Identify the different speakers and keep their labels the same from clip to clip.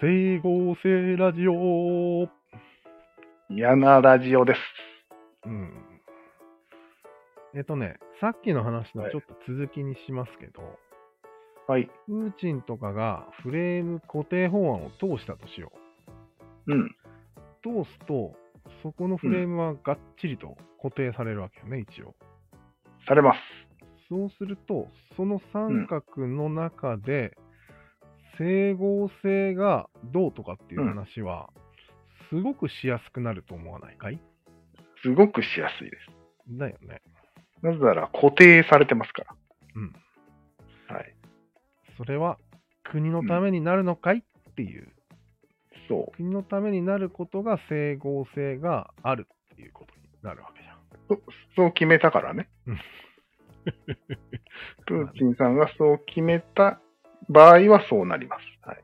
Speaker 1: 整合性ラジオ。嫌なラジオです。
Speaker 2: うん。えっとね、さっきの話の
Speaker 1: はい
Speaker 2: ちょっと続きにしますけど、
Speaker 1: はい。
Speaker 2: プーチンとかがフレーム固定法案を通したとしよ
Speaker 1: うん。
Speaker 2: う。通すと、そこのフレームはがっちりと固定されるわけよね、一応。
Speaker 1: されます。
Speaker 2: そうすると、その三角の中で、整合性がどうとかっていう話は、すごくしやすくなると思わないかい
Speaker 1: すごくしやすいで
Speaker 2: だよね。
Speaker 1: す。なぜなら固定されてますから。
Speaker 2: うん。
Speaker 1: はい。
Speaker 2: それは国のためになるのかいっていう。
Speaker 1: そう。
Speaker 2: 国のためになることが整合性があるっていうことになるわけじゃん。
Speaker 1: そう決めたからね
Speaker 2: うん。
Speaker 1: プーチンさんがそう決めた場合はそうなります。はい。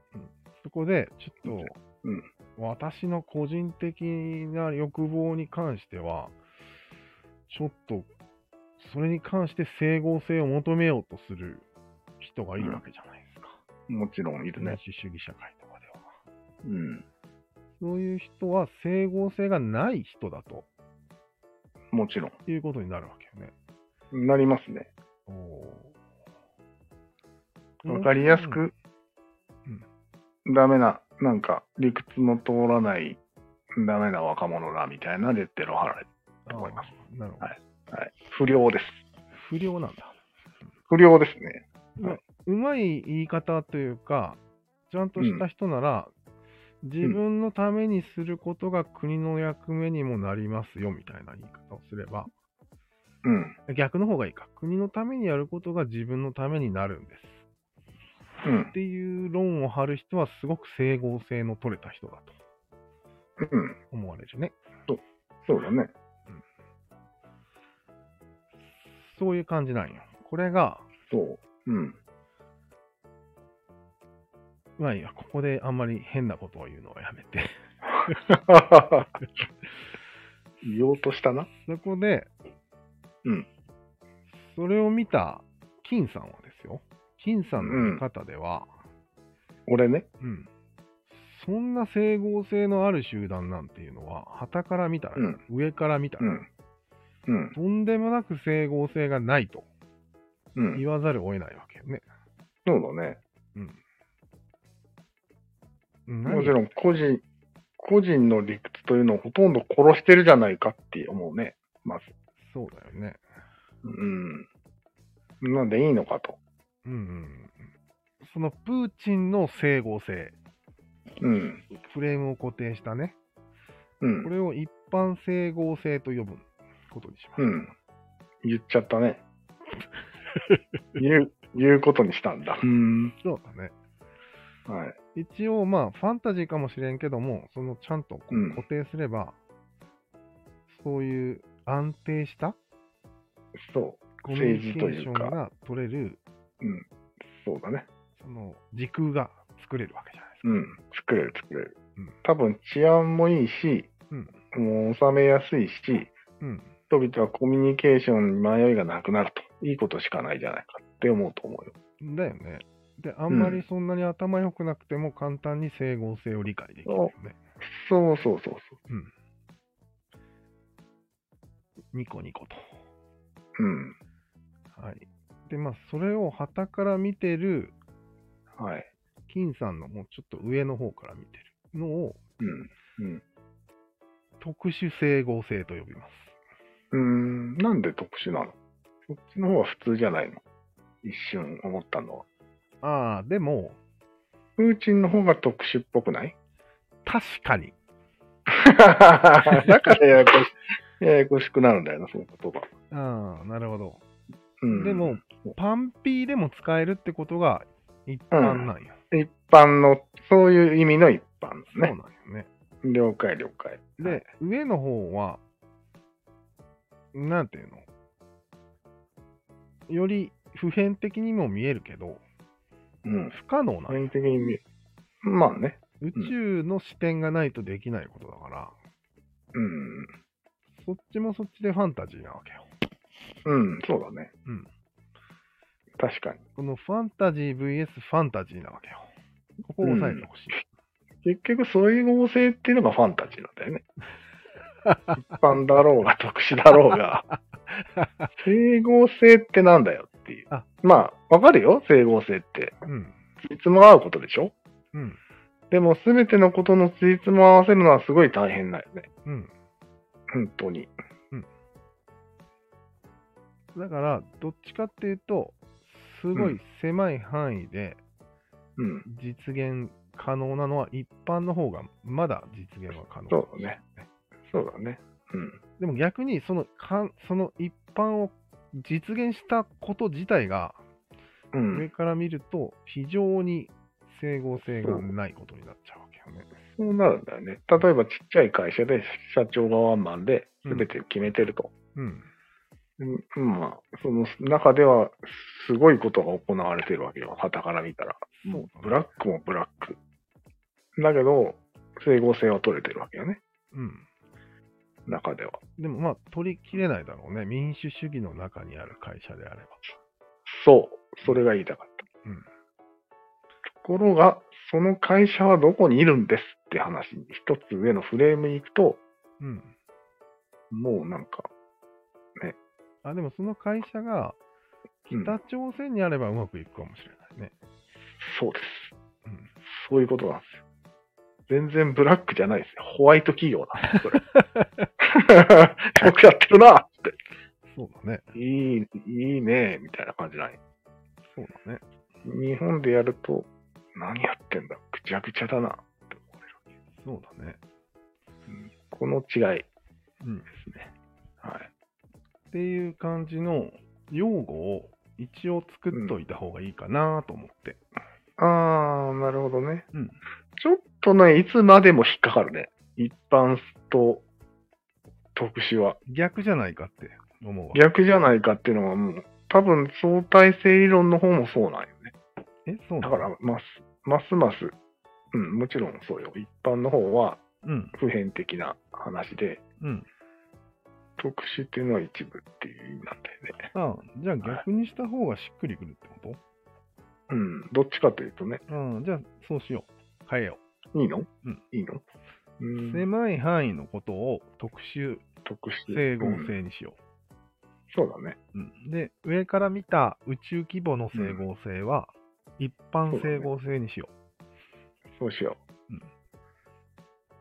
Speaker 2: そこで、ちょっと、
Speaker 1: うん
Speaker 2: 私の個人的な欲望に関しては、ちょっと、それに関して整合性を求めようとする人がいるわけじゃないですか。
Speaker 1: もちろんいる
Speaker 2: 民
Speaker 1: ね。
Speaker 2: 主主義社会とかでは。
Speaker 1: うん。
Speaker 2: そういう人は整合性がない人だと
Speaker 1: もちろ
Speaker 2: いうことになるわけよね。
Speaker 1: ん。なりますね。
Speaker 2: おー
Speaker 1: わかりやす。く、ダメな、なんか理屈の通らない、ダメな若者だみたいなレッテルを貼られて、
Speaker 2: あー
Speaker 1: 思います。
Speaker 2: なるほど。
Speaker 1: はい、不良です。
Speaker 2: 不良なんだ。
Speaker 1: 不良ですね。
Speaker 2: うまい言い方というか、ちゃんとした人なら、自分のためにすることが国の役目にもなりますよみたいな言い方をすれば、
Speaker 1: うん。
Speaker 2: 逆の方がいいか。国のためにやることが自分のためになるんです。
Speaker 1: うん
Speaker 2: っ。ていう論を張る人はすごく整合性の取れた人だと
Speaker 1: うん。
Speaker 2: 思われるね。
Speaker 1: そうだね。
Speaker 2: そういう感じなんよ。これが、
Speaker 1: そう。うん。
Speaker 2: まあいいや、ここであんまり変なことを言うのはやめて。
Speaker 1: 言おうとしたな。
Speaker 2: そこで、
Speaker 1: うん。
Speaker 2: それを見た金さんはですよ。金さんの見方では、
Speaker 1: 俺ね。
Speaker 2: うん。そんな整合性のある集団なんていうのは、旗から見たら、
Speaker 1: うん
Speaker 2: 上から見た
Speaker 1: う
Speaker 2: ら、
Speaker 1: ん。うん。
Speaker 2: とんでもなく整合性がないと
Speaker 1: うん。
Speaker 2: 言わざるを得ないわけよね。
Speaker 1: そうだね。
Speaker 2: うん
Speaker 1: もちろん、個人、個人の理屈というのをほとんど殺してるじゃないかって思うね。まず。
Speaker 2: そうだよね。
Speaker 1: うん。なんでいいのかと。
Speaker 2: うんうんうん。そのプーチンの整合性、
Speaker 1: うん。
Speaker 2: フレームを固定したね、
Speaker 1: うん
Speaker 2: こ。れを一般整合性と呼ぶことにします。
Speaker 1: うん。言っちゃった ね。言う、言うことにしたんだ。うん。
Speaker 2: そうだね。
Speaker 1: はい。
Speaker 2: 一応まあファンタジーかもしれんけどもそのちゃんとこう
Speaker 1: うん
Speaker 2: 固定すれば、そういう安定した
Speaker 1: そ
Speaker 2: コミュニケ
Speaker 1: 政
Speaker 2: ー
Speaker 1: 治
Speaker 2: ション
Speaker 1: というか
Speaker 2: が取れる
Speaker 1: う。うん。そうだね。
Speaker 2: その時空が作れるわけじゃないですか。
Speaker 1: うん。作れる作れる
Speaker 2: うん。
Speaker 1: 多分治安もいいし、
Speaker 2: うん
Speaker 1: もう収めやすいし、
Speaker 2: うん、
Speaker 1: 人々はコミュニケーションに迷いがなくなると。いいことしかないじゃないかって思うと思うよ。
Speaker 2: だよね。であんまりそんなに頭良くなくても簡単に整合性を理解できるよね。
Speaker 1: そうそうそうそ
Speaker 2: ニコニコと。
Speaker 1: う。うん。
Speaker 2: はい、でまあそれを旗から見てる
Speaker 1: はい。
Speaker 2: 金さんのもうちょっと上の方から見てるのを
Speaker 1: うん。
Speaker 2: 特殊整合性と呼びます。
Speaker 1: うーん。なんで特殊なのそっちの方は普通じゃないの一瞬思ったのは。
Speaker 2: ああ、でも、
Speaker 1: プーチンの方が特殊っぽくない
Speaker 2: 確かに。
Speaker 1: だからややこしややこしくなるんだよな、その言葉。
Speaker 2: ああ、なるほど。
Speaker 1: うん、
Speaker 2: でも、パンピーでも使えるってことが一般なんや。
Speaker 1: 一般の、そういう意味の一般
Speaker 2: そうなん
Speaker 1: ね。
Speaker 2: よね。
Speaker 1: 了解了解。
Speaker 2: で、
Speaker 1: はい
Speaker 2: 上の方は、なんていうのより普遍的にも見えるけど、
Speaker 1: うん。
Speaker 2: 不可能な
Speaker 1: 普
Speaker 2: んよ
Speaker 1: 遍的に見えまあね。
Speaker 2: 宇宙の視点がないとできないことだから、
Speaker 1: うん。
Speaker 2: そっちもそっちでファンタジーなわけよ。
Speaker 1: うん、そうだね。
Speaker 2: うん。
Speaker 1: 確かに。
Speaker 2: このファンタジー VS ファンタジーなわけよ。ここを押さえてほしい。
Speaker 1: 結局、整合性っていうのがファンたちなんだよね。一般だろうが、特殊だろうが。 整合性ってなんだよっていう。
Speaker 2: あ
Speaker 1: まあ、わかるよ、整合性って。
Speaker 2: うん。
Speaker 1: いつも合うことでしょ
Speaker 2: うん。
Speaker 1: でも、すべてのことのついつも合わせるのはすごい大変だよね。
Speaker 2: うん。
Speaker 1: 本当に。
Speaker 2: だから、どっちかっていうと、すご
Speaker 1: う
Speaker 2: い狭い範囲で
Speaker 1: うん。
Speaker 2: 実現可能なのは一般の方がまだ実現は可能。
Speaker 1: そうだね。そうだね。うん。
Speaker 2: でも逆にそのかん、その一般を実現したこと自体が、
Speaker 1: うん。
Speaker 2: 上から見ると、非常に整合性がないことになっちゃうわけよね。
Speaker 1: そうなるんだよね。例えばちっちゃい会社で社長がワンマンで
Speaker 2: うん
Speaker 1: 全て決めてると。
Speaker 2: うん。
Speaker 1: うん、まあ、その中ではすごいことが行われてるわけよ。旗から見たら。もうブラックもブラック。だけど、整合性は取れてるわけよね。
Speaker 2: うん。
Speaker 1: 中では。
Speaker 2: でもまあ、取り切れないだろうね。民主主義の中にある会社であれば。
Speaker 1: そう。それが言いたかった。
Speaker 2: うん
Speaker 1: ところが、その会社はどこにいるんですって話に一つ上のフレームに行くと、
Speaker 2: うん。
Speaker 1: もうなんか、
Speaker 2: あ、でもその会社が
Speaker 1: うん
Speaker 2: 北朝鮮にあればうまくいくかもしれないね。
Speaker 1: そうです。
Speaker 2: うん。
Speaker 1: そういうことなんですよ。全然ブラックじゃないですよ。ホワイト企業なんです、それ。よくやってるなっ
Speaker 2: そうだね。
Speaker 1: て。いい、いいねみたいな感じない。
Speaker 2: そうだね。
Speaker 1: 日本でやると、何やってんだぐちゃぐちゃだな。
Speaker 2: そうだね。
Speaker 1: この違いで
Speaker 2: うん。
Speaker 1: すね。はい。
Speaker 2: っていう感じの用語を一応作っといた方がいいかなと思って。
Speaker 1: あー、なるほどね。
Speaker 2: うん
Speaker 1: ちょっとね、いつまでも引っかかるね。一般と特殊は。
Speaker 2: 逆じゃないかって思うわ。
Speaker 1: 逆じゃないかっていうのはもう、多分相対性理論の方もそうなんよね。
Speaker 2: え、そうなの
Speaker 1: だから、ます、ますます、うん、もちろんそうよ。一般の方は
Speaker 2: うん。
Speaker 1: 普遍的な話で、
Speaker 2: うん。
Speaker 1: 特殊っていうのは一部っていう意味なんだよ
Speaker 2: あ
Speaker 1: ね。
Speaker 2: じゃあ逆にした方がしっくりくるってこ
Speaker 1: うん、どっちかというとね、
Speaker 2: とうん。じゃあそうしよう。変えよ
Speaker 1: いいの、
Speaker 2: うん
Speaker 1: いいのう
Speaker 2: う。
Speaker 1: ん、
Speaker 2: 狭い範囲のことを特殊
Speaker 1: 特殊。
Speaker 2: 整合
Speaker 1: うん
Speaker 2: 性にしよう。
Speaker 1: そうだね。
Speaker 2: うんで、上から見た宇宙規模の整合性は、一般整合性にしよ
Speaker 1: そうしよう。
Speaker 2: うん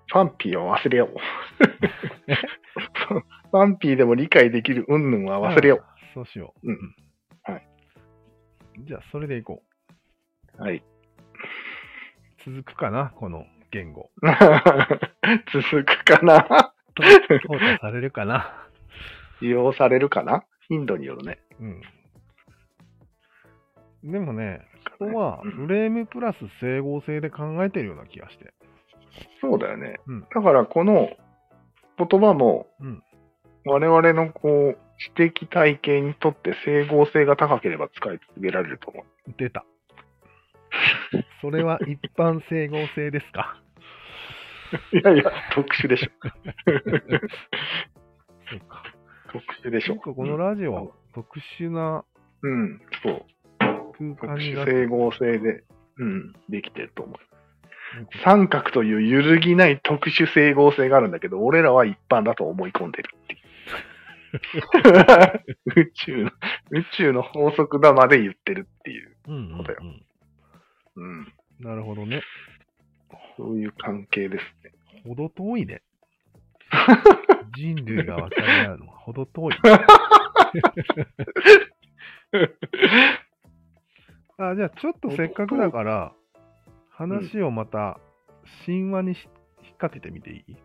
Speaker 1: 賛否を忘れよう。 賛否でも理解できる云々
Speaker 2: う。
Speaker 1: は忘れよ
Speaker 2: あそうしよう。
Speaker 1: うんはい。
Speaker 2: じゃあ、それでいこ
Speaker 1: う。はい。
Speaker 2: う。続くかな、この言 語。
Speaker 1: 続くかな
Speaker 2: と淘汰されるかな。
Speaker 1: 利用されるかな頻度によるね。
Speaker 2: うん。でもね、ここはフレームプラス整合性で考えてるような気がして。
Speaker 1: そうだよね。
Speaker 2: うん
Speaker 1: だからこの言葉も、
Speaker 2: うん
Speaker 1: 我々のこう知的体系にとって整合性が高ければ使い続けられると思う。
Speaker 2: 出た。それは一般整合性です か
Speaker 1: いやいや、特殊 でしょ。
Speaker 2: そうか。
Speaker 1: 特殊でしょ。
Speaker 2: 結構このラジオは特殊な
Speaker 1: うん、そう。
Speaker 2: 空
Speaker 1: 特
Speaker 2: 間になっ
Speaker 1: 殊
Speaker 2: て
Speaker 1: 整合性で、うん、できてると思う。三角という揺るぎない特殊整合性があるんだけど、俺らは一般だと思い込んでるっていう。 宇宙の、宇宙の法則だまで言ってるっていう。
Speaker 2: うんうんうん
Speaker 1: ことようん
Speaker 2: なるほどね。
Speaker 1: そういう関係ですね。
Speaker 2: ほど遠い ね。人類が分かり合うのはほど 遠い。あじゃあちょっとせっかくだから、話をまた神話にし引っ掛けてみていい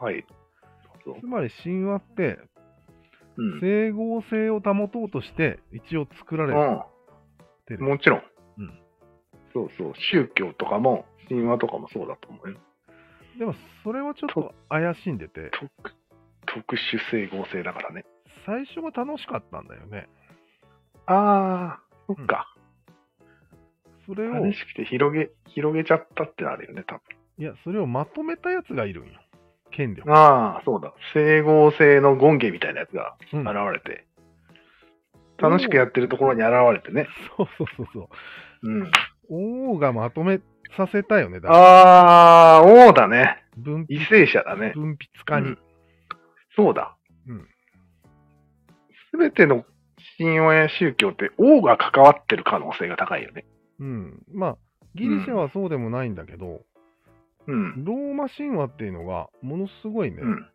Speaker 1: はい。そう
Speaker 2: つまり神話って
Speaker 1: うん。
Speaker 2: 整合性を保とうとして一応作られ
Speaker 1: う
Speaker 2: て
Speaker 1: ん、
Speaker 2: る。
Speaker 1: もちろん,、
Speaker 2: うん
Speaker 1: そうそう。宗教とかも、神話とかもそうだと思うよ。
Speaker 2: でもそれはちょっと怪しんでて、
Speaker 1: 特特殊整合性だからね。
Speaker 2: 最初は楽しかったんだよね。
Speaker 1: ああ、そっか。
Speaker 2: それを
Speaker 1: 楽、しくて広げ、広げちゃったってなるよね、多
Speaker 2: いや、それをまとめたやつがいるんよ。権力
Speaker 1: 分。。ああ、そうだ。整合性の権下みたいなやつが
Speaker 2: うん
Speaker 1: 現れて、楽しくやってるところに現れてね。
Speaker 2: そうそうそうそう。
Speaker 1: うん。
Speaker 2: 王がまとめさせたよね、だから
Speaker 1: あー、王だね。
Speaker 2: 分
Speaker 1: 為政者だね。
Speaker 2: 分泌化に。
Speaker 1: うんそうだ。
Speaker 2: うん
Speaker 1: すべての神話や宗教って王が関わってる可能性が高いよね。
Speaker 2: うん。まあ、ギリシャはそうでもないんだけど、
Speaker 1: うん。
Speaker 2: ローマ神話っていうのが、ものすごいね
Speaker 1: う、ん。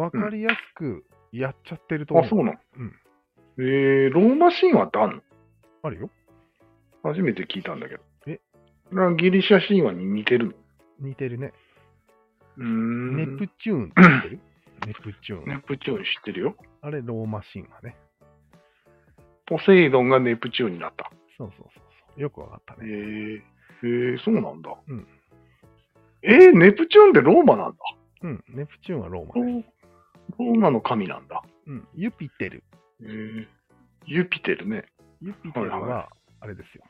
Speaker 2: わ、かりやすくやっちゃってると思
Speaker 1: あ、
Speaker 2: う。
Speaker 1: そうなの。
Speaker 2: うん
Speaker 1: えー、ローマ神話ってあんの
Speaker 2: あるよ。
Speaker 1: 初めて聞いたんだけど。
Speaker 2: え
Speaker 1: これはギリシャ神話に似てる
Speaker 2: 似てるね。
Speaker 1: のうーん。
Speaker 2: ネプチューンって知ってるネプチュー
Speaker 1: ネ
Speaker 2: ン。
Speaker 1: プチューン知ってるよ。
Speaker 2: あれ、ローマ神話ね。
Speaker 1: ポセイドンがネプチューンになった。
Speaker 2: そうそうそうそう。よくわかった
Speaker 1: え
Speaker 2: ね。
Speaker 1: ー、えー、そうなんだ。
Speaker 2: うん
Speaker 1: えー、ネプチューンってローマなんだ。
Speaker 2: うん。ネプチューンはロー
Speaker 1: ロ
Speaker 2: マです。
Speaker 1: ーローマの神なんだ。
Speaker 2: うん。ユピテル。
Speaker 1: えー、ユピテルね。
Speaker 2: ユピテル
Speaker 1: はいは
Speaker 2: は、あれですよ。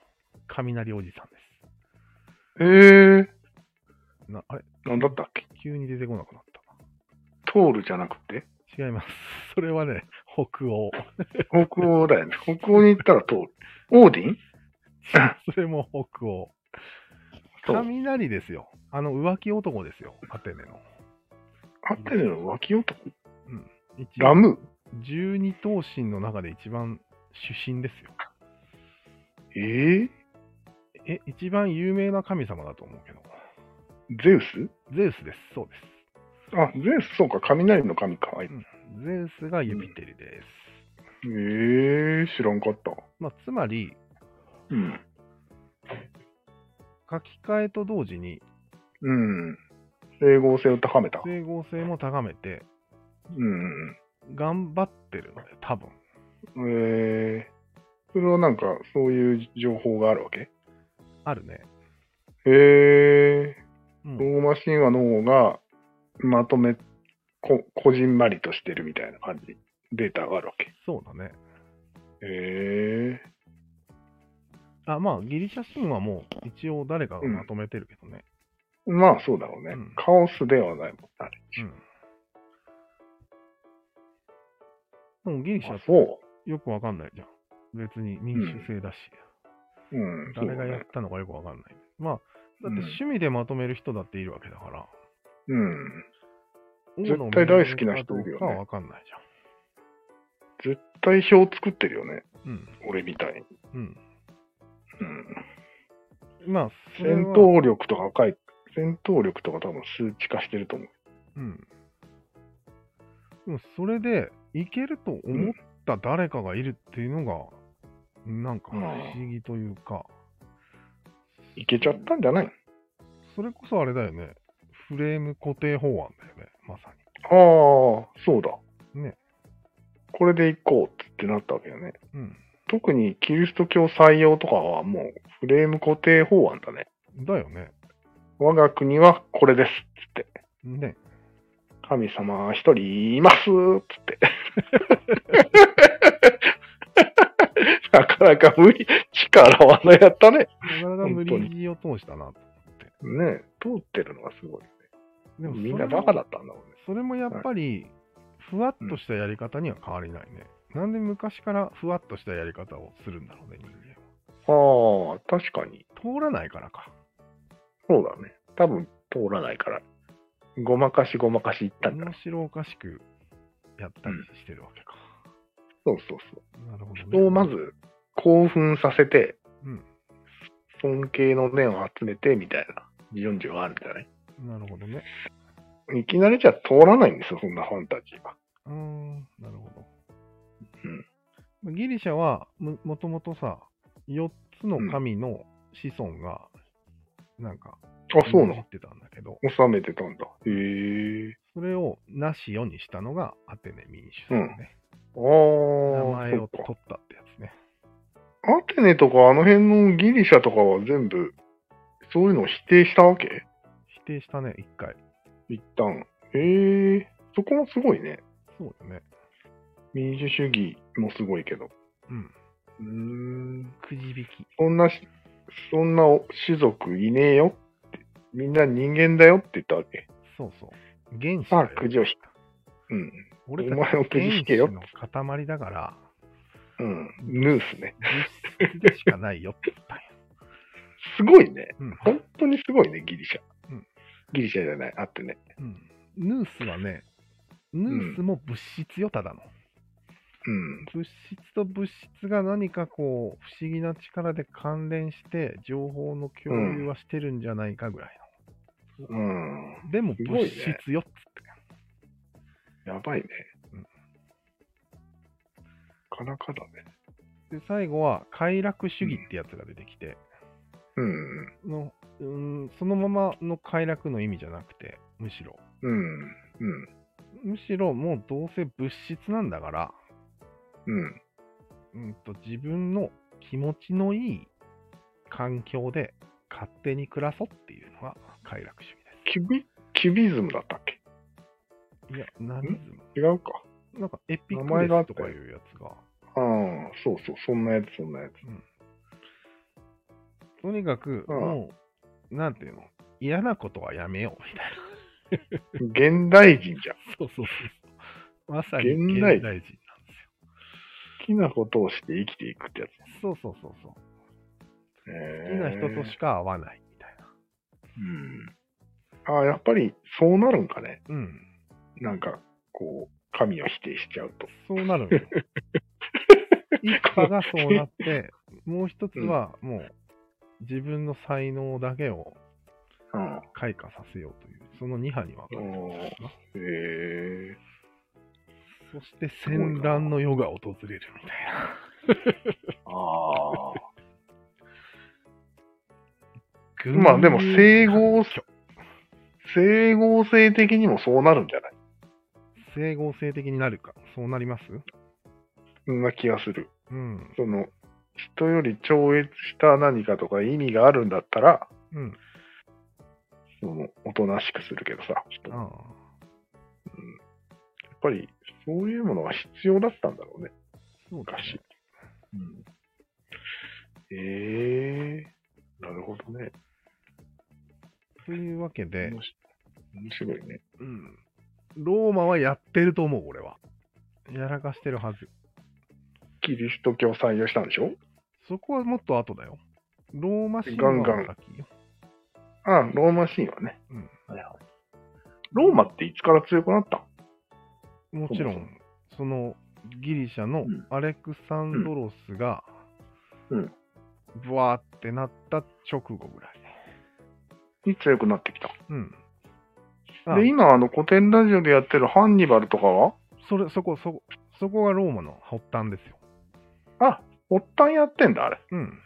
Speaker 2: 雷おじさんで
Speaker 1: えー、
Speaker 2: す。なあれ
Speaker 1: なんだったっけ
Speaker 2: 急に出てこなくなっ
Speaker 1: トールじゃなくて
Speaker 2: た。違います。 それはね、北欧。
Speaker 1: 北欧だよね。北欧に行ったらトール。オーディン
Speaker 2: それも北欧。
Speaker 1: そう。
Speaker 2: 雷ですよ。あの浮気男ですよ。アテネの。
Speaker 1: アテネの脇男
Speaker 2: 一
Speaker 1: ラム
Speaker 2: 十二頭身の中で一番主神ですよ。
Speaker 1: えー、
Speaker 2: え、一番有名な神様だと思うけど。
Speaker 1: ゼウス
Speaker 2: ゼウスです。そうで
Speaker 1: あ、ゼウス、そうか、雷の神か。あいつ
Speaker 2: す。ゼウスがユピテルです。
Speaker 1: えー、知らんかった。
Speaker 2: まあ、つまり、
Speaker 1: うん。
Speaker 2: 書き換えと同時に
Speaker 1: うん。整合性を高めた。
Speaker 2: 整合性も高めて、
Speaker 1: うん。
Speaker 2: 頑張ってるので、多分。
Speaker 1: えー、それはなんか、そういう情報があるわけ
Speaker 2: あるね。
Speaker 1: え
Speaker 2: う
Speaker 1: ー、
Speaker 2: ん
Speaker 1: ローマ神話の方が、まとめ、こ、こじんまりとしてるみたいな感じ。データがあるわけ。
Speaker 2: そうだね。
Speaker 1: え
Speaker 2: あ、まあ、ギリシャ神話も一応誰かがまとめてるけどね。
Speaker 1: ー、まあそうだろうね。
Speaker 2: うん
Speaker 1: カオスではないもん、あれ。
Speaker 2: うん。でもギリシャ
Speaker 1: あ
Speaker 2: っ、て
Speaker 1: そ
Speaker 2: よくわかんないじゃん。別に民主制だし、
Speaker 1: う。うん、そう
Speaker 2: 誰
Speaker 1: だ
Speaker 2: がやっ
Speaker 1: ね。
Speaker 2: たのかよくわかんない。まあ、だって
Speaker 1: うん
Speaker 2: 趣味でまとめる人だっているわけだから、
Speaker 1: うん。
Speaker 2: 王の
Speaker 1: 絶対大好きな人いる
Speaker 2: 命令かどう
Speaker 1: よね
Speaker 2: かはわかんないじ
Speaker 1: 絶対表作ってるよね。
Speaker 2: ゃん。うん。
Speaker 1: 俺みたいに。
Speaker 2: うん。
Speaker 1: うん。
Speaker 2: まあ、それは
Speaker 1: 戦闘力とか赤い、戦闘力とか多分数値化してると思う。
Speaker 2: うん。でも、それで、いけると思った誰かがいるっていうのが、なんか不思議というか、
Speaker 1: いけちゃったんじゃない
Speaker 2: それこそあれだよね。フレーム固定法案だよね、まさ
Speaker 1: ああ、そうだ。
Speaker 2: ね。
Speaker 1: これでいこうってなったわけよね。
Speaker 2: に。うん。
Speaker 1: 特にキリスト教採用とかはもうフレーム固定法案だね。
Speaker 2: だよね。
Speaker 1: 我が国はこれですっつって。
Speaker 2: ね。
Speaker 1: 神様一人いますっつって。 なかなか無理、力技やったね。
Speaker 2: なかなか無理強を通したなと。
Speaker 1: ね通ってるのがすごい。
Speaker 2: でもそれも
Speaker 1: みんなバカだったんだもんね。
Speaker 2: それもやっぱり、ふわっとしたやり方には変わりないね。なんで昔からふわっとしたやり方をするんだろうね、人間は。
Speaker 1: ああ、確かに。
Speaker 2: 通らないからか。
Speaker 1: そうだね。多分通らないから。ごまかしごまかしいったんだ
Speaker 2: 面。白おかしくやったりしてるわけか。
Speaker 1: そうそうそう。
Speaker 2: なるほどね。
Speaker 1: 人をま。ず興奮させて、
Speaker 2: うん
Speaker 1: 尊敬の念を集めてみたいな順序があるんじゃない
Speaker 2: なるほどね。
Speaker 1: いきなりじゃ通らないんですよ、そんなファンタジーは。
Speaker 2: うーん、なるほど。
Speaker 1: うん
Speaker 2: まあギリシャはももともとさ、4つの神の子孫が、なんか、
Speaker 1: あ、そうな
Speaker 2: 言
Speaker 1: の
Speaker 2: ってたんだけど、
Speaker 1: 収めてたんだ。へえ。
Speaker 2: それをなしよにしたのがアテネ民主制ね。
Speaker 1: ああ、
Speaker 2: 名前
Speaker 1: そ
Speaker 2: を
Speaker 1: っか
Speaker 2: 取。ったってやつね。
Speaker 1: アテネとかあの辺のギリシャとかは全部、そういうのを否定したわけ
Speaker 2: 否定したね、一回。
Speaker 1: 一旦。へえ。そこもすごいね。
Speaker 2: そうだね。
Speaker 1: 民主主義もすごいけど。
Speaker 2: うん。
Speaker 1: うーん
Speaker 2: くじ引き。
Speaker 1: そんなし、そんな種族いねえよって、みんな人間だよって言ったわけ。
Speaker 2: そうそう。原子だ
Speaker 1: さ
Speaker 2: よ。
Speaker 1: あ、くじを引く。うん。
Speaker 2: 俺
Speaker 1: お前をくじ引けよ
Speaker 2: 原子の塊だから、
Speaker 1: うん。ヌースね。
Speaker 2: 物質でしかないよって言ったんや。
Speaker 1: すごいね。
Speaker 2: うん。
Speaker 1: 本当にすごいね、ギリシャ。
Speaker 2: うん
Speaker 1: ギリシャじゃない、あってね。
Speaker 2: うん。ヌースはね、ヌースも物質よ、ただの。
Speaker 1: うん。
Speaker 2: 物質と物質が何かこう、不思議な力で関連して、情報の共有はしてるんじゃないかぐらい
Speaker 1: うん。
Speaker 2: の。でも
Speaker 1: すごい
Speaker 2: 物
Speaker 1: ね
Speaker 2: 質よっつって。
Speaker 1: やばいね。
Speaker 2: うん
Speaker 1: なかなかだね。
Speaker 2: で、最後は、快楽主義ってやつが出てきて、
Speaker 1: うん。
Speaker 2: のうーんそのままの快楽の意味じゃなくて、むしろ。
Speaker 1: うん。うん。
Speaker 2: むしろもうどうせ物質なんだから、
Speaker 1: うん。
Speaker 2: うんと自分の気持ちのいい環境で勝手に暮らそうっていうのが快楽主義で
Speaker 1: キュビ、キュビズムだったっけ
Speaker 2: す。いや、何ズム
Speaker 1: 違うか。
Speaker 2: なんかエピク
Speaker 1: 名前があ
Speaker 2: レ
Speaker 1: っ
Speaker 2: ス
Speaker 1: て
Speaker 2: とかいうやつが、
Speaker 1: ああ、そうそう、そんなやつ、そんなやつ。
Speaker 2: とにかく
Speaker 1: うん
Speaker 2: もう、なんていうの、嫌なことはやめようみたいな。
Speaker 1: 現代人じゃん。
Speaker 2: そうそうそう。まさに現
Speaker 1: 現
Speaker 2: 代
Speaker 1: 代
Speaker 2: 人なんですよ。
Speaker 1: 好きなことをして生きていくってやつ。
Speaker 2: そうそうそうそう。好き
Speaker 1: 好
Speaker 2: な人としか会わないみたいな。
Speaker 1: うん。ああ、やっぱりそうなるんかね。
Speaker 2: うん。
Speaker 1: なんか、こう、神を否定しちゃうと。
Speaker 2: そうなるん よ。一派がそうなって、 もう一つはもう自分の才能だけを
Speaker 1: うん。
Speaker 2: 開花させようという、その2派に分かれてますな
Speaker 1: へえ。
Speaker 2: そして戦乱の世が訪れるみたいな。
Speaker 1: ああ。
Speaker 2: 群雄
Speaker 1: まあでも整合、整合性的にもそうなるんじゃない
Speaker 2: 整合性的になるか、そうなります
Speaker 1: そんな気がする。
Speaker 2: うん。
Speaker 1: その、人より超越した何かとか意味があるんだったら、
Speaker 2: うん。
Speaker 1: その、おとなしくするけどさ、人やっ
Speaker 2: ああ。
Speaker 1: ぱり、そういうものは必要だったんだろうね、
Speaker 2: そうだ、
Speaker 1: 昔
Speaker 2: ね。。
Speaker 1: うん。ええなるほどね。
Speaker 2: というわけで、
Speaker 1: 面白い面白いね。
Speaker 2: うん。ローマはやってると思う、俺は。やらかしてるはず。
Speaker 1: キリスト教を採用したんでしょ
Speaker 2: そこはもっと後だよ。ローマ神
Speaker 1: ガン
Speaker 2: 話
Speaker 1: ガン
Speaker 2: の先よ。
Speaker 1: ああ、ローマ神話ね。
Speaker 2: うん
Speaker 1: はいはい。ローマっていつから強くなった
Speaker 2: もちろ
Speaker 1: そも
Speaker 2: ん、そのギリシャの
Speaker 1: うん
Speaker 2: アレクサンドロスが、
Speaker 1: うん
Speaker 2: ブワーってなった直後ぐらい。
Speaker 1: に強くなってきた。
Speaker 2: うん。あ
Speaker 1: で、今、あの、古典ラジオでやってるハンニバルとかは、
Speaker 2: それ、そこ、そこ、そこがローマの発端ですよ。
Speaker 1: あ、発端やってんだ、あれ。
Speaker 2: うん。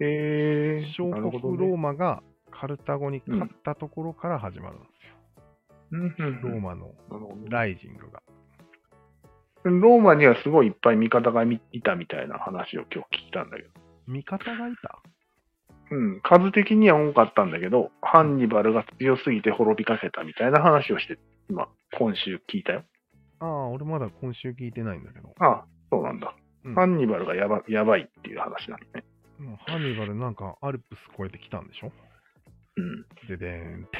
Speaker 1: へえ
Speaker 2: 小
Speaker 1: なるほど
Speaker 2: 国ロー
Speaker 1: ね
Speaker 2: マがカルタゴに勝ったところから始まるんですよ。
Speaker 1: うんうんう
Speaker 2: ロー
Speaker 1: ん
Speaker 2: マの
Speaker 1: なるほどね
Speaker 2: ライジングが。
Speaker 1: ローマにはすごいいっぱい味方がいたみたいな話を今日聞いたんだけど。
Speaker 2: 味方がいた
Speaker 1: うん、数的には多かったんだけど、ハンニバルが強すぎて滅びかけたみたいな話をして、今、今週聞いたよ。
Speaker 2: ああ、俺まだ今週聞いてないんだけど。
Speaker 1: ああ、そうなんだ。
Speaker 2: うん
Speaker 1: ハンニバルがやばやばいっていう話なんだね。
Speaker 2: もうハンニバルなんかアルプス越えてきたんでしょ
Speaker 1: うん。
Speaker 2: ででーんって。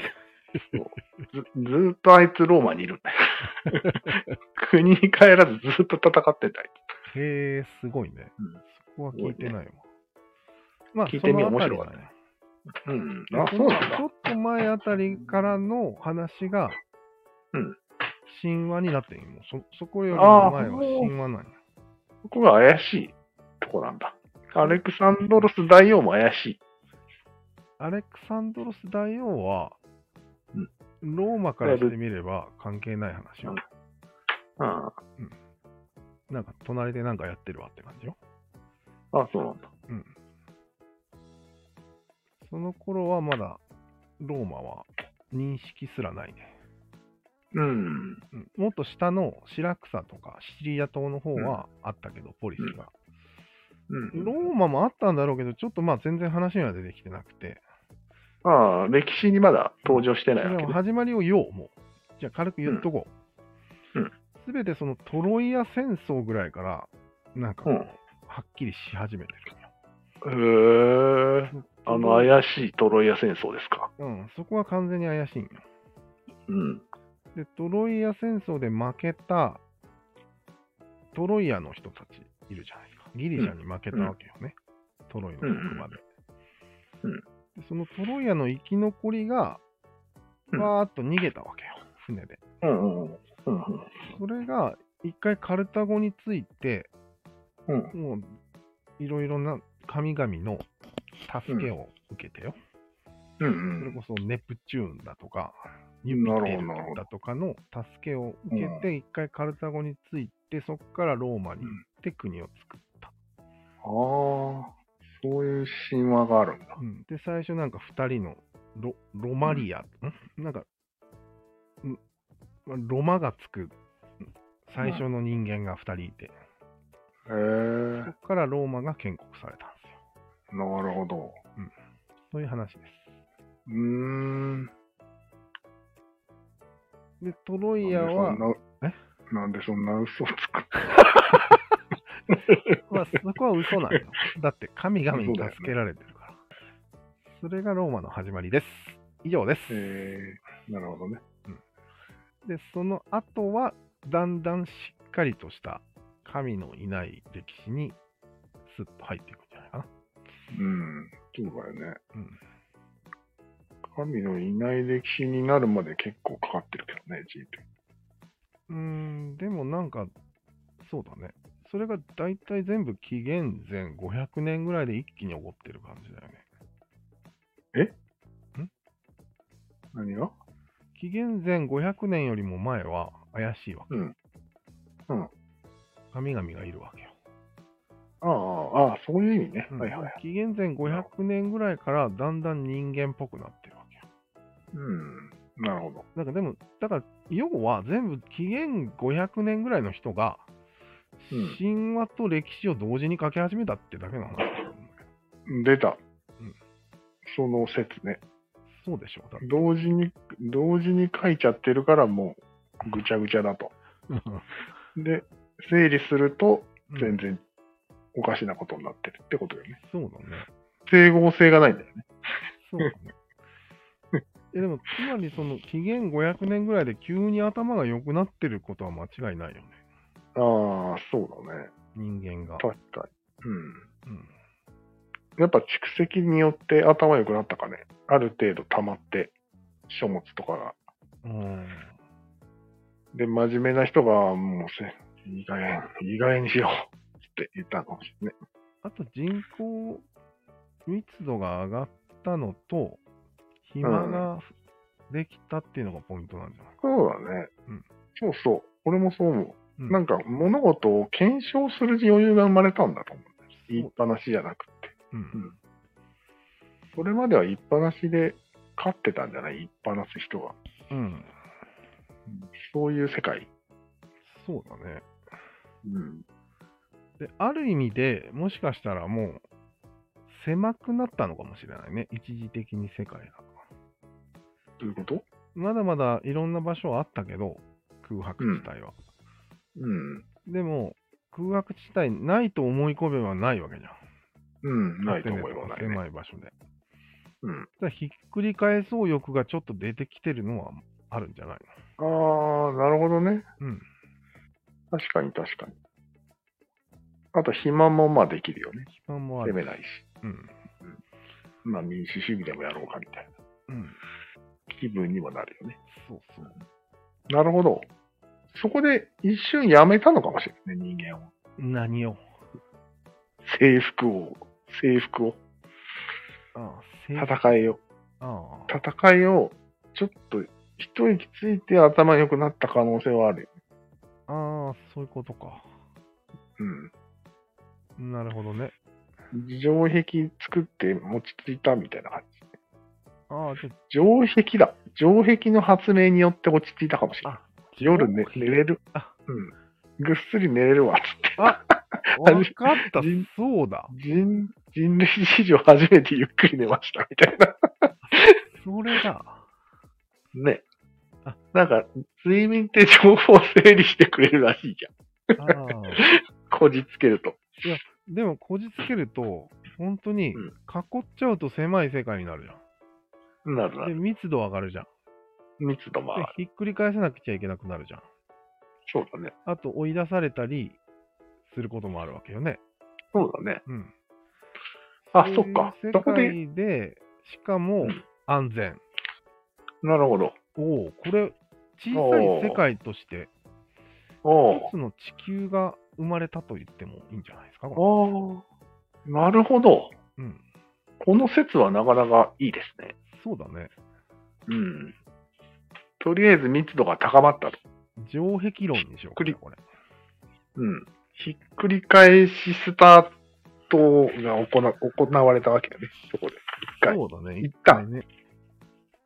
Speaker 1: ずずーっとあいつローマにいる んだよ。国に帰らずずーっと戦ってたり。
Speaker 2: へえ、すごいね。
Speaker 1: うん
Speaker 2: そこは聞いてないわ。まあ、
Speaker 1: 聞いてみ
Speaker 2: そのあたりだ
Speaker 1: 面白かっ
Speaker 2: ね。
Speaker 1: うん。
Speaker 2: で
Speaker 1: あ、
Speaker 2: こ
Speaker 1: そう
Speaker 2: の
Speaker 1: なん
Speaker 2: ち
Speaker 1: だ
Speaker 2: ょ。っと前あたりからの話が、
Speaker 1: うん
Speaker 2: 神話になってんよもうそそこより
Speaker 1: あ
Speaker 2: も
Speaker 1: あ
Speaker 2: 前は神話なんや。
Speaker 1: ここが怪しいとこなんだ。アレクサンドロス大王も怪しい。
Speaker 2: アレクサンドロス大王は
Speaker 1: う、
Speaker 2: ローマからしてみれば関係ない話よ。
Speaker 1: あ
Speaker 2: なんか隣でなんかやってるわって感じよ。
Speaker 1: あ、あそうなんだ。
Speaker 2: うん。その頃はまだローマは認識すらないね。
Speaker 1: うん。
Speaker 2: うん、もっと下のシラクサとかシチリア島の方はあったけど、ポリスが。
Speaker 1: うん、
Speaker 2: ローマもあったんだろうけど、ちょっとまあ全然話には出てきてなくて。
Speaker 1: ああ、歴史にまだ登場してないわ
Speaker 2: で
Speaker 1: け
Speaker 2: も
Speaker 1: ね。
Speaker 2: 始まりを言おう、もう。じゃあ軽く言っとこ
Speaker 1: うんうん
Speaker 2: う。すべ、てそのトロイア戦争ぐらいから、なんかこう、
Speaker 1: うん
Speaker 2: はっきりし始めてるんよ。
Speaker 1: へえ。あの怪しいトロイア戦争ですか。
Speaker 2: うん、そこは完全に怪しいんよ。
Speaker 1: うん。
Speaker 2: で、トロイア戦争で負けたトロイアの人たちいるじゃないですか。ギリシャに負けたわけよね。トロイの
Speaker 1: うん
Speaker 2: 職場で。
Speaker 1: うん
Speaker 2: でそのトロイアの生き残りが、
Speaker 1: うん
Speaker 2: わーっと逃げたわけよ、船で。
Speaker 1: うんうんうん。うんうん
Speaker 2: それが、一回カルタゴについて、
Speaker 1: うん
Speaker 2: もう、いろいろな神々の助けを受けてよ。
Speaker 1: うん
Speaker 2: それ
Speaker 1: うん
Speaker 2: こそネプチューンだとか、
Speaker 1: な
Speaker 2: ユ
Speaker 1: る
Speaker 2: ピ
Speaker 1: ほど
Speaker 2: テルだとかの助けを受けて、一回カルタゴについて、そこからローマに行って国を作った。
Speaker 1: ああ、そういう神話があるんだ。
Speaker 2: うんで、最初なんか二人のロロマリア、んなんか、んまあロマがつく最初の人間が二人いて、
Speaker 1: へえ、
Speaker 2: そこからローマが建国されたんですよ。
Speaker 1: なるほど。
Speaker 2: そういう話で
Speaker 1: うーん。
Speaker 2: す。で、トロイアは、 え
Speaker 1: なんでそんな、なんでそんな嘘をつく
Speaker 2: まあ、そこは嘘 なんよ。だって神々に助けられてるから。それがローマの始まりです。以上です。
Speaker 1: えー、なるほどね。
Speaker 2: で、その後は、だんだんしっかりとした神のいない歴史にスッと入っていくんじゃないかな。
Speaker 1: うん。そうだよね。
Speaker 2: うん
Speaker 1: 神のいない歴史になるまで結構かかってるけどね、人類。
Speaker 2: うーん、でもなんか、そうだね。それが大体全部紀元前500年ぐらいで一気に起こってる感じだよね。
Speaker 1: 何が
Speaker 2: 紀元前500年よりも前は怪しいわけ。
Speaker 1: うんうん
Speaker 2: 神々がいるわけよ。
Speaker 1: ああ、ああ、そういう意味ね。
Speaker 2: うん
Speaker 1: はいはいはい。
Speaker 2: 紀元前500年ぐらいからだんだん人間っぽくなってるわけよ。
Speaker 1: うん。なるほど。
Speaker 2: なんかでも、だから、要は全部紀元500年ぐらいの人が
Speaker 1: うん、
Speaker 2: 神話と歴史を同時に書き始めたってだけの話だと思うんだけど。
Speaker 1: 出た。
Speaker 2: うん
Speaker 1: その説ね。
Speaker 2: そうでしょだって
Speaker 1: 同時に、同時に書いちゃってるからもう、ぐちゃぐちゃだと。で、整理すると、
Speaker 2: うん
Speaker 1: 全然おかしなことになってるってことよね。
Speaker 2: そうだね。
Speaker 1: 整合性がないんだよね。
Speaker 2: そうだね。 えでも、つまりその紀元500年ぐらいで急に頭が良くなってることは間違いないよね。
Speaker 1: ああ、そうだね。
Speaker 2: 人間が。
Speaker 1: 確かに。うん。
Speaker 2: うん、
Speaker 1: やっぱ蓄積によって頭良くなったかね。ある程度溜まって、書物とかが。
Speaker 2: うん
Speaker 1: で、真面目な人が、もうせ、いい加減、いい加減にしようって言ったのかもしれない。
Speaker 2: あと人口密度が上がったのと、暇ができたっていうのがポイントなんじゃないか。
Speaker 1: そうだね。
Speaker 2: うん
Speaker 1: そうそう。俺もそう思
Speaker 2: う
Speaker 1: う。
Speaker 2: ん
Speaker 1: なんか、物事を検証する余裕が生まれたんだと思う。言いっぱなしじゃなくて。
Speaker 2: うん
Speaker 1: うんそれまでは言いっぱなしで勝ってたんじゃない言いっぱなし人が。
Speaker 2: うん、
Speaker 1: そういう世界。
Speaker 2: そうだね。
Speaker 1: うん。
Speaker 2: で、ある意味でもしかしたらもう狭くなったのかもしれないね。一時的に世界が。
Speaker 1: どういうこと
Speaker 2: まだまだいろんな場所はあったけど、空白地帯は。
Speaker 1: うん。
Speaker 2: でも、空白地帯ないと思い込めばないわけじゃん。
Speaker 1: うん、ないと思いはないね。
Speaker 2: 狭い場所で。だか
Speaker 1: うん。
Speaker 2: らひっくり返そう欲がちょっと出てきてるのはあるんじゃない
Speaker 1: ああ、なるほどね。
Speaker 2: のうん。
Speaker 1: 確かに確かに。あと、暇もまあできるよね。
Speaker 2: 暇もあ
Speaker 1: 攻
Speaker 2: る。
Speaker 1: めないし。
Speaker 2: うん。
Speaker 1: まあ、民主主義でもやろうかみたいな
Speaker 2: うん。
Speaker 1: 気分にもなるよね。
Speaker 2: そうそう。
Speaker 1: なるほど。そこで一瞬やめたのかもしれないね、人間を。
Speaker 2: 何を
Speaker 1: 征服を、征服を、
Speaker 2: ああ、せいあ
Speaker 1: 戦いを、
Speaker 2: あ。
Speaker 1: 戦いを、ちょっと一息ついて頭良くなった可能性はあるよ。
Speaker 2: ああ、そういうことか。
Speaker 1: うん。
Speaker 2: なるほどね。
Speaker 1: 城壁作って持ち着いたみたいな感じ。
Speaker 2: ああ、じゃ
Speaker 1: 城壁だ。城壁の発明によって落ち着いたかもしれない
Speaker 2: あ。
Speaker 1: 夜、ね、
Speaker 2: 城
Speaker 1: 寝
Speaker 2: 壁
Speaker 1: れる
Speaker 2: あ。
Speaker 1: うん。ぐっすり寝れるわ。
Speaker 2: あ、わか った
Speaker 1: 人、
Speaker 2: そうだ。
Speaker 1: 人、人類史上初めてゆっくり寝ましたみたいな。
Speaker 2: それだ。
Speaker 1: ね
Speaker 2: あ。
Speaker 1: なんか、睡眠って情報を整理してくれるらしいじゃ
Speaker 2: ああ。
Speaker 1: ん。こじつけると。
Speaker 2: でも、こじつけると、本当に囲
Speaker 1: うん
Speaker 2: っちゃうと狭い世界になるじゃん。
Speaker 1: なるな
Speaker 2: で、
Speaker 1: る。
Speaker 2: 密度上がるじゃん。
Speaker 1: 密度も上
Speaker 2: で
Speaker 1: がる。、
Speaker 2: ひっくり返さなくちゃいけなくなるじゃん。
Speaker 1: そうだね。
Speaker 2: あと、追い出されたりすることもあるわけよね。
Speaker 1: そうだね。
Speaker 2: うん。
Speaker 1: あ、そっか
Speaker 2: ういう。
Speaker 1: そ
Speaker 2: 世
Speaker 1: こで、
Speaker 2: 界でしか
Speaker 1: う
Speaker 2: も
Speaker 1: ん
Speaker 2: 安全。
Speaker 1: なるほど。
Speaker 2: おお、これ、小さい世界として、
Speaker 1: お
Speaker 2: 一つの地球が生まれたと言ってもいいんじゃないですか、こ
Speaker 1: お。ああ。なるほど。
Speaker 2: れ。うん。
Speaker 1: この説はなかなかいいですね。
Speaker 2: そうだね。
Speaker 1: うん。とりあえず密度が高まったと。
Speaker 2: 城壁論にしようか
Speaker 1: くり
Speaker 2: な、これ。
Speaker 1: うん。ひっくり返しスタートが行な行われたわけだね。そこで。一回。
Speaker 2: そうだね。
Speaker 1: 一旦
Speaker 2: ね。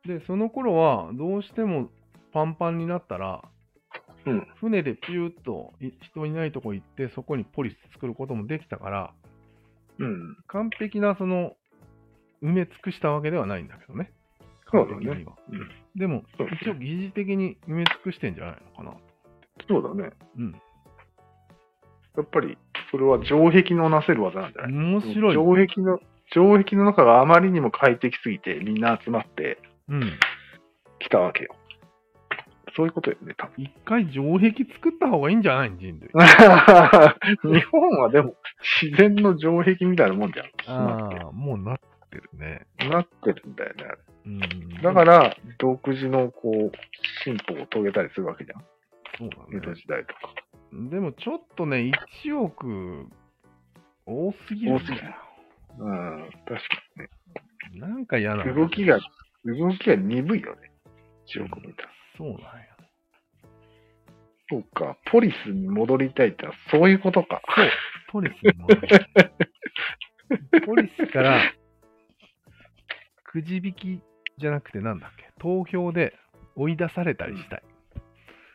Speaker 2: で、その頃は、どうしてもパンパンになったら、
Speaker 1: うん
Speaker 2: 船でピューッとい人いないとこ行って、そこにポリス作ることもできたから、
Speaker 1: うん。
Speaker 2: 完璧なその、埋め尽くしたわけではないんだけどね。
Speaker 1: そうだ
Speaker 2: 完
Speaker 1: ね
Speaker 2: 璧には
Speaker 1: うん
Speaker 2: でも、
Speaker 1: そうだね
Speaker 2: 一応疑似的に埋め尽くしてんじゃないのかな。
Speaker 1: そうだね。
Speaker 2: うん。
Speaker 1: やっぱり、それは城壁のなせる技なんじゃない
Speaker 2: 面白い。
Speaker 1: 城壁の、城壁の中があまりにも快適すぎて、みんな集まって
Speaker 2: うん。
Speaker 1: きたわけよ。そういうことよね、多 分。
Speaker 2: 一回城壁作った方がいいんじゃない人類。
Speaker 1: 日本はでも、自然の城壁みたいなもんじゃん。
Speaker 2: ああ、もうなってるね。
Speaker 1: なってるんだよね。あれ
Speaker 2: うん。
Speaker 1: だか、ら、独自のこう、進歩を遂げたりするわけじゃん。
Speaker 2: そう
Speaker 1: 江
Speaker 2: だ
Speaker 1: 戸
Speaker 2: ね。
Speaker 1: 時代とか。
Speaker 2: でもちょっとね、1億多すぎる、
Speaker 1: 多すぎるうん、確
Speaker 2: なんか嫌な
Speaker 1: か
Speaker 2: の
Speaker 1: に。動きが、動きが鈍いよね。中国みたいな。
Speaker 2: そうなんや。
Speaker 1: そうか、ポリスに戻りたいってのはそういうことか。
Speaker 2: ポリスに戻るポリスから、くじ引きじゃなくてなんだっけ、投票で追い出されたりしたい。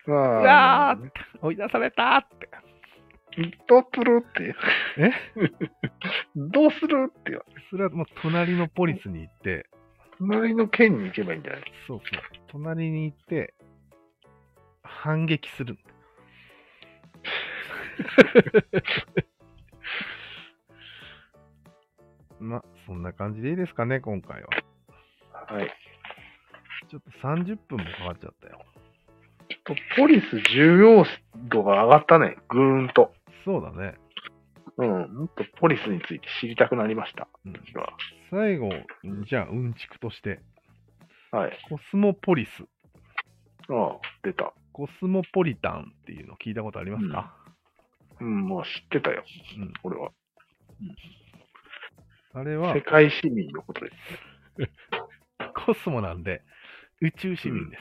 Speaker 1: う
Speaker 2: うわーって、追い出されたーって。
Speaker 1: どうするって。
Speaker 2: え
Speaker 1: どうするってよ。
Speaker 2: それはもう隣のポリスに行って、
Speaker 1: 隣の県に行けばいいんじゃない
Speaker 2: そうそう。隣に行って、反撃す る。まあ、そんな感じでいいですかね、今回は。
Speaker 1: はい。
Speaker 2: ちょっと30分もかかっちゃったよ。
Speaker 1: ちょっとポリス重要度が上がったね。ぐーんと。
Speaker 2: そうだね。
Speaker 1: うん。もっとポリスについて知りたくなりました。
Speaker 2: うん
Speaker 1: 私は。
Speaker 2: 最後、じゃあ、うんちくとして、
Speaker 1: はい。
Speaker 2: コスモポリス、
Speaker 1: ああ、出た。
Speaker 2: コスモポリタンっていうの聞いたことありますか、
Speaker 1: うん、もう知ってたよ。
Speaker 2: うん
Speaker 1: 俺は。
Speaker 2: あれは
Speaker 1: 世、界市民のことです。
Speaker 2: コスモなんで、宇宙市民で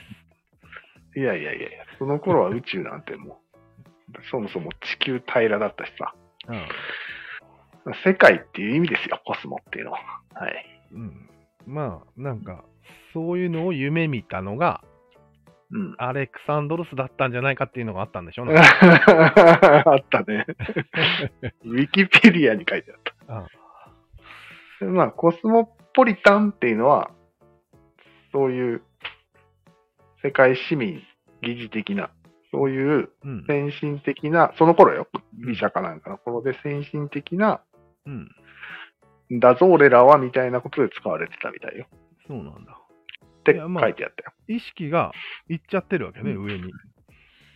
Speaker 2: す。
Speaker 1: いやいやいやいや、その頃は宇宙なんてもう、 そもそも地球平らだったしさ、
Speaker 2: うん
Speaker 1: 世界っていう意味ですよ、コスモっていうのは。はい。
Speaker 2: うん、まあなんかそういうのを夢見たのが
Speaker 1: うん。
Speaker 2: アレクサンドロスだったんじゃないかっていうのがあったんでしょうね。
Speaker 1: あっ たね。ウィキペディアに書いてあっ
Speaker 2: あ
Speaker 1: た。まあ、コスモポリタンっていうのは、そういう世界市民、疑似的な、そういう
Speaker 2: うん
Speaker 1: 先進的な、その頃よ、ギリシャかなんかの頃で先進的な、
Speaker 2: うん、
Speaker 1: だぞ俺らはみたいなことで使われてたみたいよ。
Speaker 2: そうなんだ。
Speaker 1: って
Speaker 2: い
Speaker 1: 書
Speaker 2: やまあ
Speaker 1: いてあったよ。
Speaker 2: 意識がいっちゃってるわけね、
Speaker 1: うん
Speaker 2: 上に。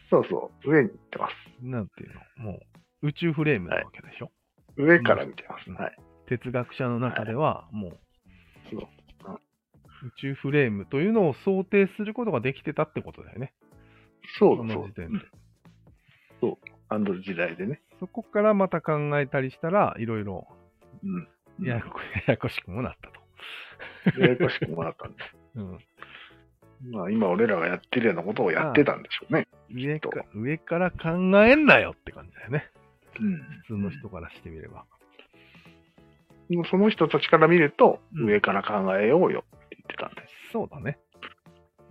Speaker 1: そうそう、上に行ってます。
Speaker 2: なんていうのもう宇宙フレームなわけでしょ。
Speaker 1: 上から見てます。
Speaker 2: うん
Speaker 1: はい。
Speaker 2: 哲学者の中ではもう
Speaker 1: そう
Speaker 2: 宇宙フレームというのを想定することができてたってことだよね。
Speaker 1: そう
Speaker 2: こ
Speaker 1: そ
Speaker 2: の
Speaker 1: う
Speaker 2: 時。点
Speaker 1: う
Speaker 2: で
Speaker 1: ん。あの時代でね。
Speaker 2: そこからまた考えたりしたらいろいろ
Speaker 1: うん。
Speaker 2: ややこややこしくもなったと。
Speaker 1: ややこしくもなかった。
Speaker 2: うん
Speaker 1: まあ、今俺らがやってるようなことをやってたんでしょうね。
Speaker 2: 上か
Speaker 1: きっ
Speaker 2: 上から考えんなよって感じだよね。
Speaker 1: うん。
Speaker 2: 普通の人からしてみれば。
Speaker 1: もうその人たちから見ると、
Speaker 2: うん
Speaker 1: 上から考えようよって言ってたんです。
Speaker 2: そうだね。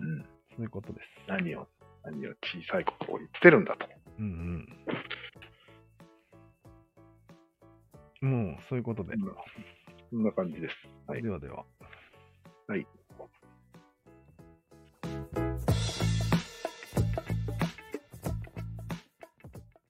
Speaker 1: うん。
Speaker 2: そういうことです。
Speaker 1: 何を、何を小さいことを言ってるんだと。
Speaker 2: うんうん。もう、そういうことで。
Speaker 1: うんそんな感じです。はい
Speaker 2: ではでは。
Speaker 1: はい。